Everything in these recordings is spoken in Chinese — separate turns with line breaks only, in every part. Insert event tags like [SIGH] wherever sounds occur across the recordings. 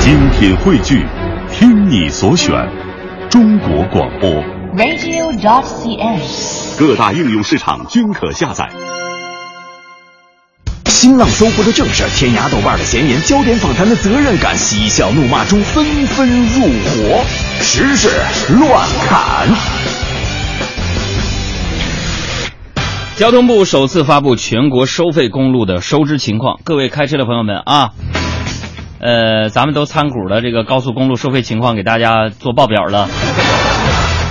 精品汇聚，听你所选，中国广播。
radio.cn。
各大应用市场均可下载。
新浪周播的正事儿，天涯豆瓣的闲言，焦点访谈的责任感，嬉笑怒骂中纷纷入伙，时事乱砍。
交通部首次发布全国收费公路的收支情况，各位开车的朋友们啊，呃，咱们都参股了这个高速公路收费情况，给大家做报表了。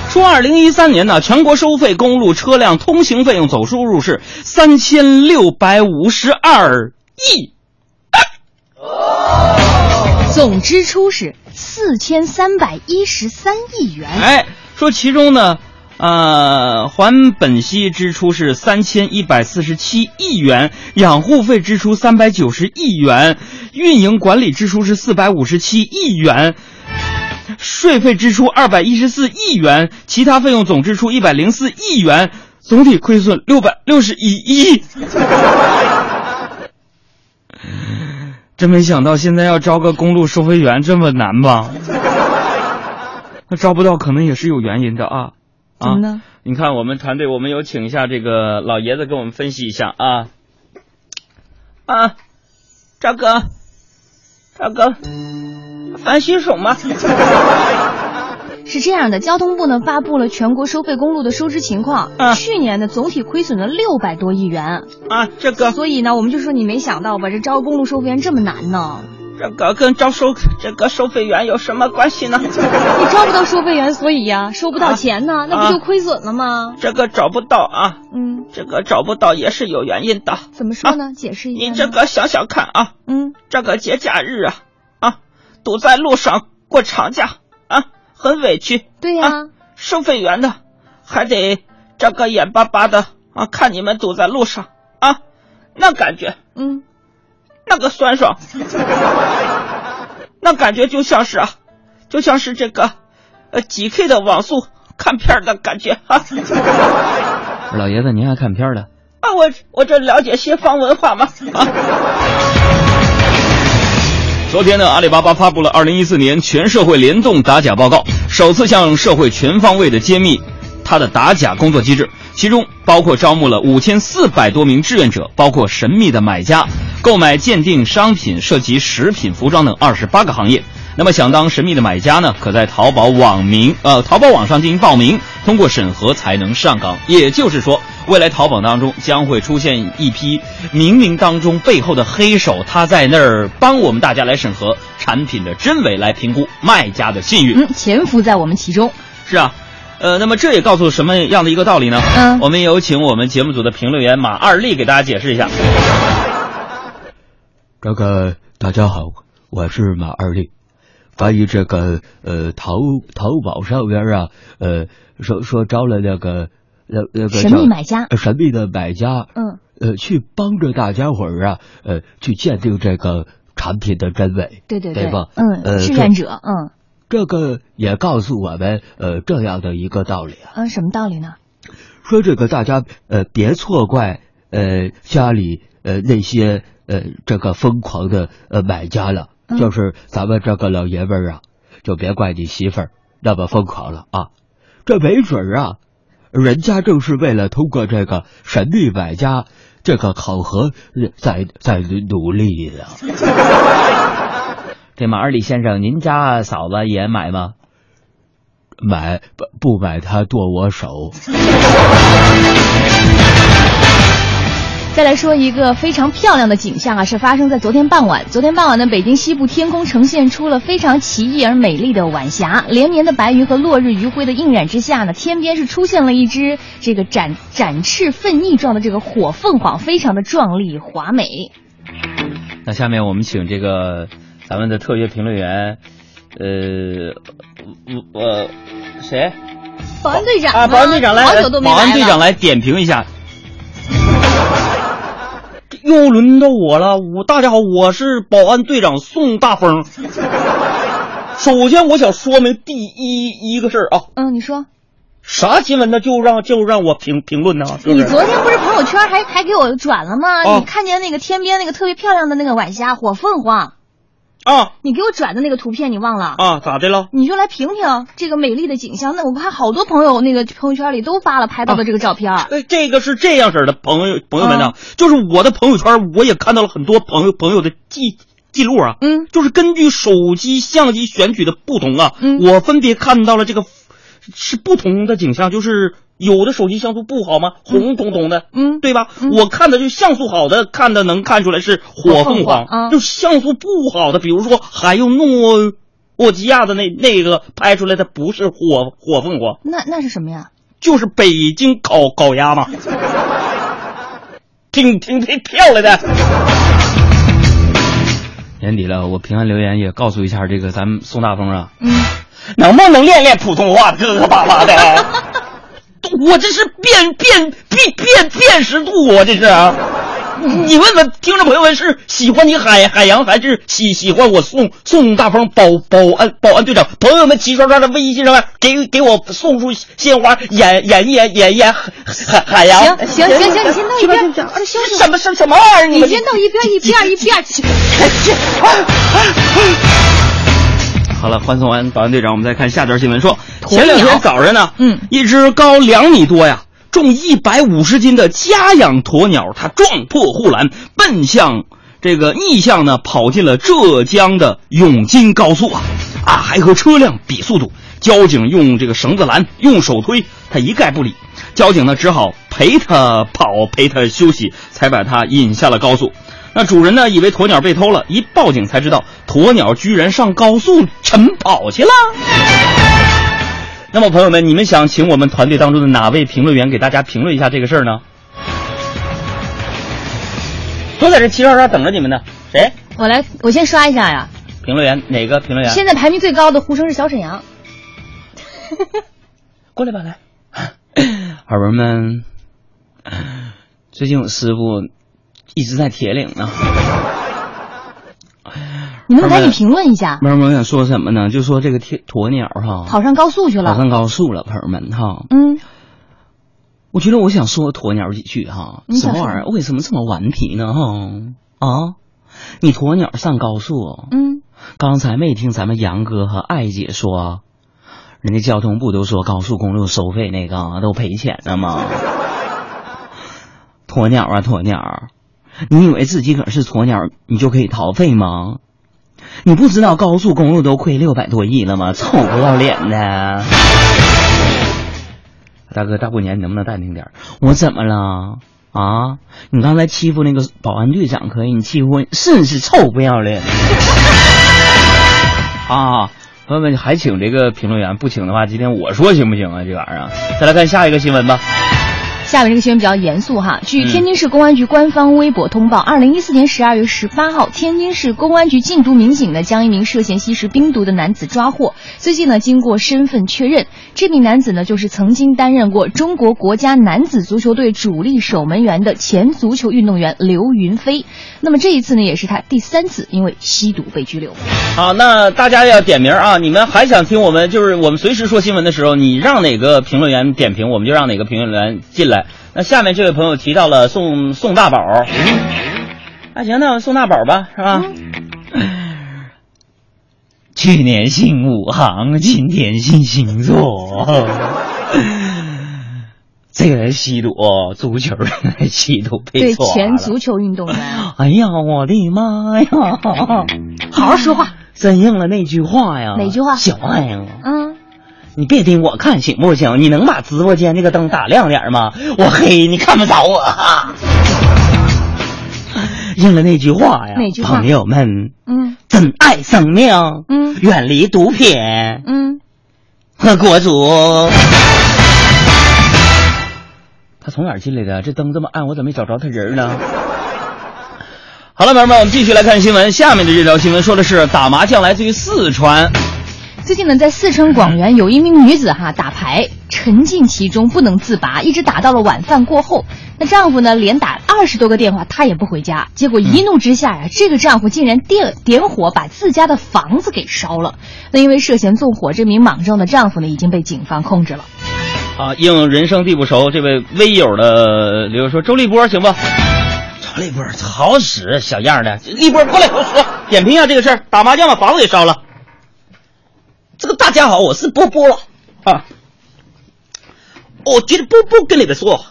说，二零一三年呢，全国收费公路车辆通行费用总收入是三千六百五十二亿，
总支出是四千三百一十三亿元。
哎，说其中呢。呃，还本息支出是三千一百四十七亿元，养护费支出三百九十亿元，运营管理支出是四百五十七亿元，税费支出二百一十四亿元，其他费用总支出一百零四亿元，总体亏损六百六十一亿。 [LAUGHS] 真没想到现在要招个公路收费员这么难吧？那招不到可能也是有原因的啊。
怎么呢、
啊？你看，我们团队，我们有请一下这个老爷子，给我们分析一下啊。啊，赵哥，赵哥，反洗手吗？
是这样的，交通部呢发布了全国收费公路的收支情况，
啊
去年呢总体亏损了六百多亿元。
啊，这个
所以呢，我们就说你没想到吧，这招公路收费员这么难呢？
这个跟招收这个收费员有什么关系
[LAUGHS]
呢？
你招不到收费员，所以呀、收不到钱呢，那
啊
不就亏损了吗？
这个找不到啊，
嗯，
这个找不到也是有原因的。
怎么说呢？解释一下。
啊你这，个想想看啊，
嗯，
这个节假日啊啊，堵在路上过长假啊，很委屈。
对呀、
啊收费员的，还得这个眼巴巴的啊，看你们堵在路上啊，那感觉
嗯，
那个酸爽， [LAUGHS] 那感觉就像是啊，就像是这个呃几 K 的网速看片儿的感觉啊。老爷子，您爱看片儿的？啊，我我这了解西方文化吗？啊。昨天呢，阿里巴巴发布了二零一四年全社会联动打假报告，首次向社会全方位的揭秘它的打假工作机制，其中包括招募了五千四百多名志愿者，包括神秘的买家，购买鉴定商品涉及食品、服装等二十八个行业。那么，想当神秘的买家呢，可在淘宝网名呃淘宝网上进行报名，通过审核才能上岗。也就是说，未来淘宝当中将会出现一批冥冥当中背后的黑手，他在那儿帮我们大家来审核产品的真伪，来评估卖家的信誉。
嗯，潜伏在我们其中。
是啊，呃，那么这也告诉什么样的一个道理呢？
嗯
我们有请我们节目组的评论员马二力给大家解释一下。
这个大家好，我是马二立。关于这个呃淘淘宝上边啊，呃说说招了那个那那个叫
神秘买家
呃神秘的买家，
嗯，
呃，去帮着大家伙儿啊，呃，去鉴定这个产品的真伪，
对对
对吧？
嗯，
呃，
志
这
愿者，嗯
这个也告诉我们呃这样的一个道理啊，
嗯，什么道理呢？
说这个大家呃别错怪呃家里呃那些呃这个疯狂的呃买家了，
嗯
就是咱们这个老爷们儿啊，就别怪你媳妇儿那么疯狂了啊，这没准儿啊，人家正是为了通过这个神秘买家这个考核呃在在努力呢。
[LAUGHS] 这马二力先生，您家嫂子也买吗？
买不不买他剁我手，
再来说一个非常漂亮的景象啊，是发生在昨天傍晚。昨天傍晚呢，北京西部天空呈现出了非常奇异而美丽的晚霞，连绵的白云和落日余晖的映染之下呢，天边是出现了一只这个展展翅奋翼状的这个火凤凰，非常的壮丽华美。
那下面我们请这个咱们的特约评论员，呃，我、呃、谁
保安队长
啊？保安队长来，
好久都没
保安队长
来了，
来点评一下。又轮到我了，我大家好，我是保安队长宋大峰。首先，我想说明第一一个事儿啊，
嗯，你说，
啥新闻呢？就让就让我评评论呢，是不
你
是？
昨天不是朋友圈还还给我转了吗？
哦
你看见那个天边那个特别漂亮的那个晚霞，火凤凰，
啊
你给我转的那个图片你忘了？
啊，咋的了？
你就来评评这个美丽的景象。那我看好多朋友那个朋友圈里都发了拍到的这个照片儿。
哎，这个是这样式儿的，朋友朋友们啊，就是我的朋友圈，我也看到了很多朋友朋友的记记录啊，
嗯，
就是根据手机相机选取的不同啊，
嗯
我分别看到了这个是不同的景象，就是有的手机像素不好吗？红彤彤的，
嗯
对吧？
嗯
我看的就像素好的，看的能看出来是
火
火凤凰，
凤凰啊
就像素不好的，比如说还有诺诺基亚的那那个拍出来的不是火火凤凰，
那那是什么呀？
就是北京烤烤鸭嘛， [LAUGHS] 挺挺挺漂亮的。
年底了，我平安留言也告诉一下这个咱们宋大风啊，
[LAUGHS]
嗯，
能不能练练普通话，磕磕巴巴的？我这是辨辨辨辨辨识度，我这是啊。你问问听众朋友们，是喜欢你海海洋，还是喜喜欢我宋宋大风保保安保安队长？朋友们齐刷刷的微信上面给给我送出鲜花，演演一演演一演海海海洋。
行行行行，你先到一边儿，这休息会
什
儿。
么什什么玩意儿？
你
们
先到一边儿，一边儿一边儿
[LAUGHS]
去。
好了，欢送完保安队长，我们再看下条新闻说，
鸵鸟
前两天早上呢，
嗯
一只高两米多呀，重一百五十斤的家养鸵鸟，它撞破护栏，奔向这个逆向呢，跑进了浙江的永金高速啊啊，还和车辆比速度。交警用这个绳子拦，用手推，它一概不理。交警呢，只好陪它跑，陪它休息，才把它引下了高速。那主人呢，以为鸵鸟被偷了，一报警才知道，鸵鸟居然上高速晨跑去了。那么，朋友们，你们想请我们团队当中的哪位评论员给大家评论一下这个事儿呢？都在这齐刷刷等着你们呢。谁？
我来，我先刷一下呀。
评论员？哪个评论员？
现在排名最高的呼声是小沈阳。
过来吧，来。
[COUGHS] 耳闻们，最近我师傅一直在铁岭呢。
你们赶紧评论一下，
朋友们，我想说什么呢？就说这个铁鸵鸟哈，
跑上高速去
跑
了。
上高速了，朋友们哈。
嗯，
我觉得我想说鸵鸟几句哈，
你
什
想
么玩意儿？为什么这么顽皮呢？哈啊，你鸵鸟上高速，
嗯，
刚才没听咱们杨哥和艾姐说，人家交通部都说高速公路收费那个都赔钱了吗？ [LAUGHS] 鸵鸟啊鸵鸟，你以为自己可是鸵鸟，你就可以逃费吗？你不知道高速公路都亏六百多亿了吗？臭不要脸的！大哥，大过年你能不能淡定点儿？我怎么了？啊，你刚才欺负那个保安队长可以，你欺负我是是臭不要脸。
啊，朋友们还请这个评论员，不请的话，今天我说行不行啊？这玩意儿啊，再来看下一个新闻吧。
下面这个新闻比较严肃哈。据
嗯
天津市公安局官方微博通报，二零一四年十二月十八号，天津市公安局禁毒民警呢将一名涉嫌吸食冰毒的男子抓获。最近呢，经过身份确认，这名男子呢就是曾经担任过中国国家男子足球队主力守门员的前足球运动员刘云飞。那么这一次呢，也是他第三次因为吸毒被拘留。
好，啊那大家要点名啊！你们还想听我们就是我们随时说新闻的时候，你让哪个评论员点评，我们就让哪个评论员进来。那下面这位朋友提到了宋宋大宝，
嗯
那行，那宋大宝吧，是吧？
去年信五行，今天信星
[LAUGHS]
座。这个人吸毒，哦足球人吸毒被
对
抓了。
前足球运动员，
哎呀，我的妈呀！
[LAUGHS] 好好说话。
真应了那句话呀。
哪句话
小爱呀，
嗯，
你别盯我看行不行？你能把直播间那个灯打亮点吗？我黑，你看不着我。
啊
[LAUGHS]
应了那句话呀，
哪句话
朋友们，
嗯
珍爱生命，
嗯
远离毒品。
嗯，
和国足。他从哪儿进来的？这灯这么暗，我怎么没找着他人呢？
好了，朋友们，我们继续来看新闻。下面的这条新闻说的是打麻将来自于四川，
最近呢，在四川广元有一名女子哈打牌沉浸其中不能自拔，一直打到了晚饭过后。那丈夫呢，连打二十多个电话，她也不回家。结果一怒之下呀，这个丈夫竟然点点火把自家的房子给烧了。那因为涉嫌纵火，这名莽撞的丈夫呢，已经被警方控制了。
啊，应人生地不熟这位微友的留言说，周立波行不？
曹立波，好使，小样的！立波，过来，给我说，
点评一下这个事儿，打麻将把房子给烧了。
这个大家好，我是波波。
啊，
我觉得波波跟你们说，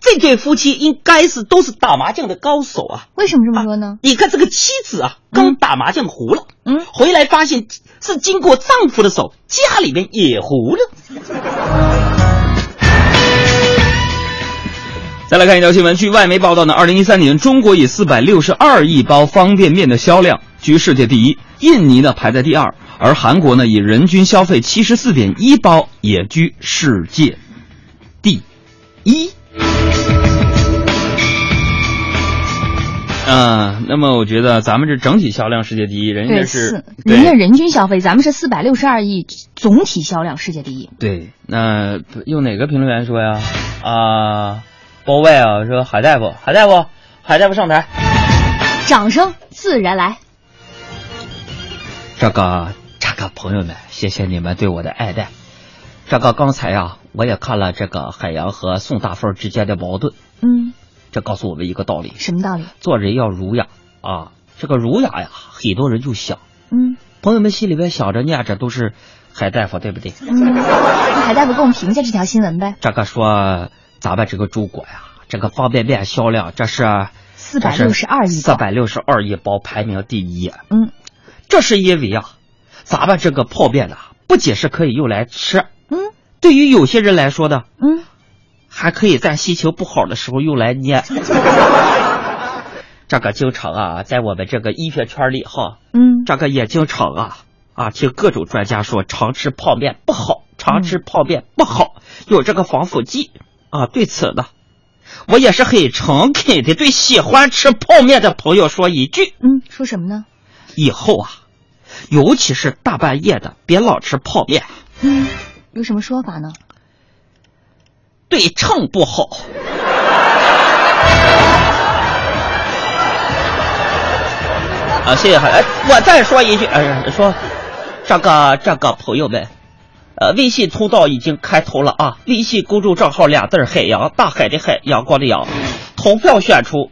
这对夫妻应该是都是打麻将的高手啊。
为什么这么说呢？
你看这个妻子啊，刚打麻将糊了，
嗯
回来发现是经过丈夫的手，家里面也糊了。
再来看一条新闻，据外媒报道呢，二零一三年中国以四百六十二亿包方便面的销量居世界第一，印尼呢排在第二，而韩国呢以人均消费七十四点一包也居世界第一。啊，那么我觉得咱们这整体销量世界第一，人家
对，
是
四，人家人均消费，咱们是四百六十二亿，总体销量世界第一。
对，那用哪个评论员说呀？啊，包外啊，说海大夫，海大夫，海大夫上台。
掌声自然来。
这个这个朋友们，谢谢你们对我的爱戴。这个刚才啊，我也看了这个海洋和宋大凤之间的矛盾，
嗯，
这告诉我们一个道理：
什么道理？
做人要儒雅啊。这个儒雅呀，很多人就想，
嗯
朋友们心里面想着念着都是海大夫，对不对？
嗯，那海大夫给我们评价这条新闻呗。
这个说咱们这个中国呀，这个方便面销量这是
462亿
四百六十二亿包排名第一。
嗯，
这是因为啊，咱们这个泡面呐，不仅是可以用来吃，
嗯
对于有些人来说呢，
嗯，
还可以在心情不好的时候用来捏。这个经常啊，在我们这个医学圈里哈，
嗯
这个也经常啊啊，听各种专家说，常吃泡面不好，常吃泡面不好，有这个防腐剂啊。对此呢，我也是很诚恳的对喜欢吃泡面的朋友说一句：
嗯，说什么呢？
以后啊，尤其是大半夜的，别老吃泡面，
嗯，有什么说法呢？
对秤不好。啊，谢谢海。哎，我再说一句，哎，说，这个这个朋友们，呃，微信通道已经开通了啊，微信公众账号俩字儿海洋，大海的海，阳光的阳，投票选出，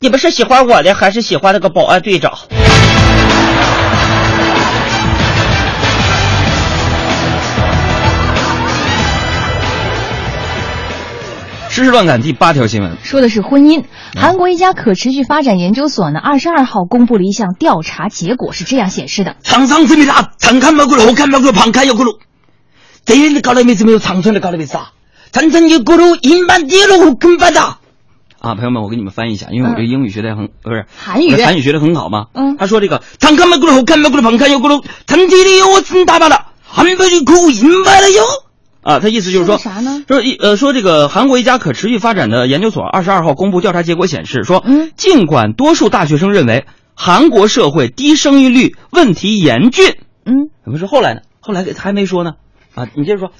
你们是喜欢我的还是喜欢那个保安队长？
时事乱侃第八条新闻，
说的是婚姻。
嗯
韩国一家可持续发展研究所呢，二十二号公布了一项调查结果，是这样显示的：
啊
장상습니다. 잠깐 먹으러 호간 먹으러 반칸 역으로 대일 가르미스며 장선을 가르미사 잔선 역으로 인반 뒤로 호금받아
啊，朋友们，我给你们翻译一下，因为我这英语学的很、不是
韩语
我这韩语学的很好嘛。
嗯
他说这个
잠깐 먹으러 호간 먹으러 반칸 역으로 잔디리 요승 다바라 한번이 구 인반이요
啊，他意思就是
说的
说
啥呢
说一呃说这个韩国一家可持续发展的研究所二十二号公布调查结果显示说，
嗯
尽管多数大学生认为韩国社会低生育率问题严峻，
嗯，
我们说后来呢？后来给还没说呢，啊，你接着说。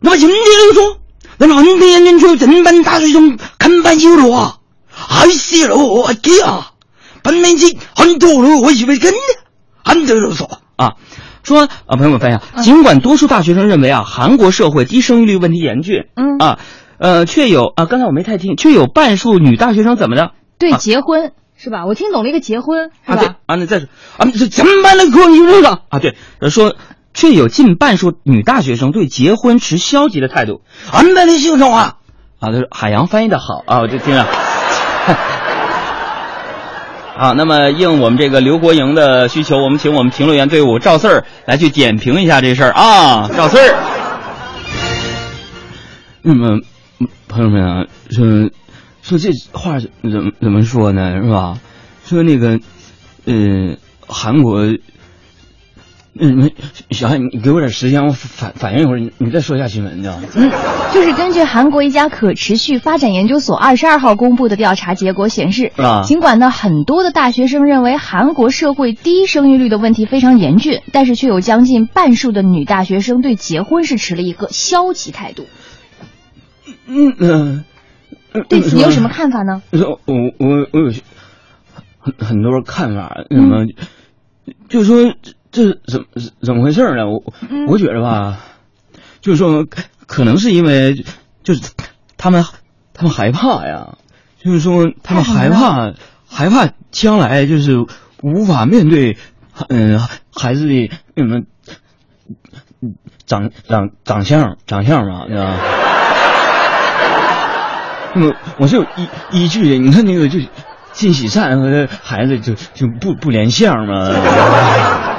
那么人家就说，那么问题研究出整班大学生看班修罗啊，还是罗啊基啊，本面积很多罗我以为跟很多罗说啊。说啊，朋友们翻译啊，尽管多数大学生认为啊，韩国社会低生育率问题严峻，
嗯
啊，呃，却有啊，刚才我没太听，却有半数女大学生怎么的
对，结婚、是吧？我听懂了一个结婚是
啊啊，对
吧？
啊，那再说啊，这咱们班的给我一个了啊，对，呃说却有近半数女大学生对结婚持消极的态度。俺们班的秀生啊，啊，他说海洋翻译的好啊，我就听着。 [LAUGHS] 啊，那么应我们这个刘国营的需求，我们请我们评论员队伍赵四儿来去点评一下这事儿啊，赵四儿。那么，朋友们啊，说说这话怎么怎么说呢？是吧？说那个，呃，韩国，那什么，小汉，你给我点时间，我反反应一会儿，你你再说一下新闻去啊。
嗯就是根据韩国一家可持续发展研究所二十二号公布的调查结果显示，
啊
尽管呢很多的大学生认为韩国社会低生育率的问题非常严峻，但是却有将近半数的女大学生对结婚是持了一个消极态度。
嗯嗯、
对此你有什么看法呢？
呃 [LAUGHS] 说我我我有些很很多看法，什么，就说这这怎么怎么回事儿呢？我
嗯
我觉着吧，就是说可能是因为就是他们他们害怕呀，就是说他们害怕害怕将来就是
无法面对，嗯、孩子的你们长长长相长相啊嘛，对吧？我嗯我就依依据你看那个就金喜善和孩子就就不不连相嘛。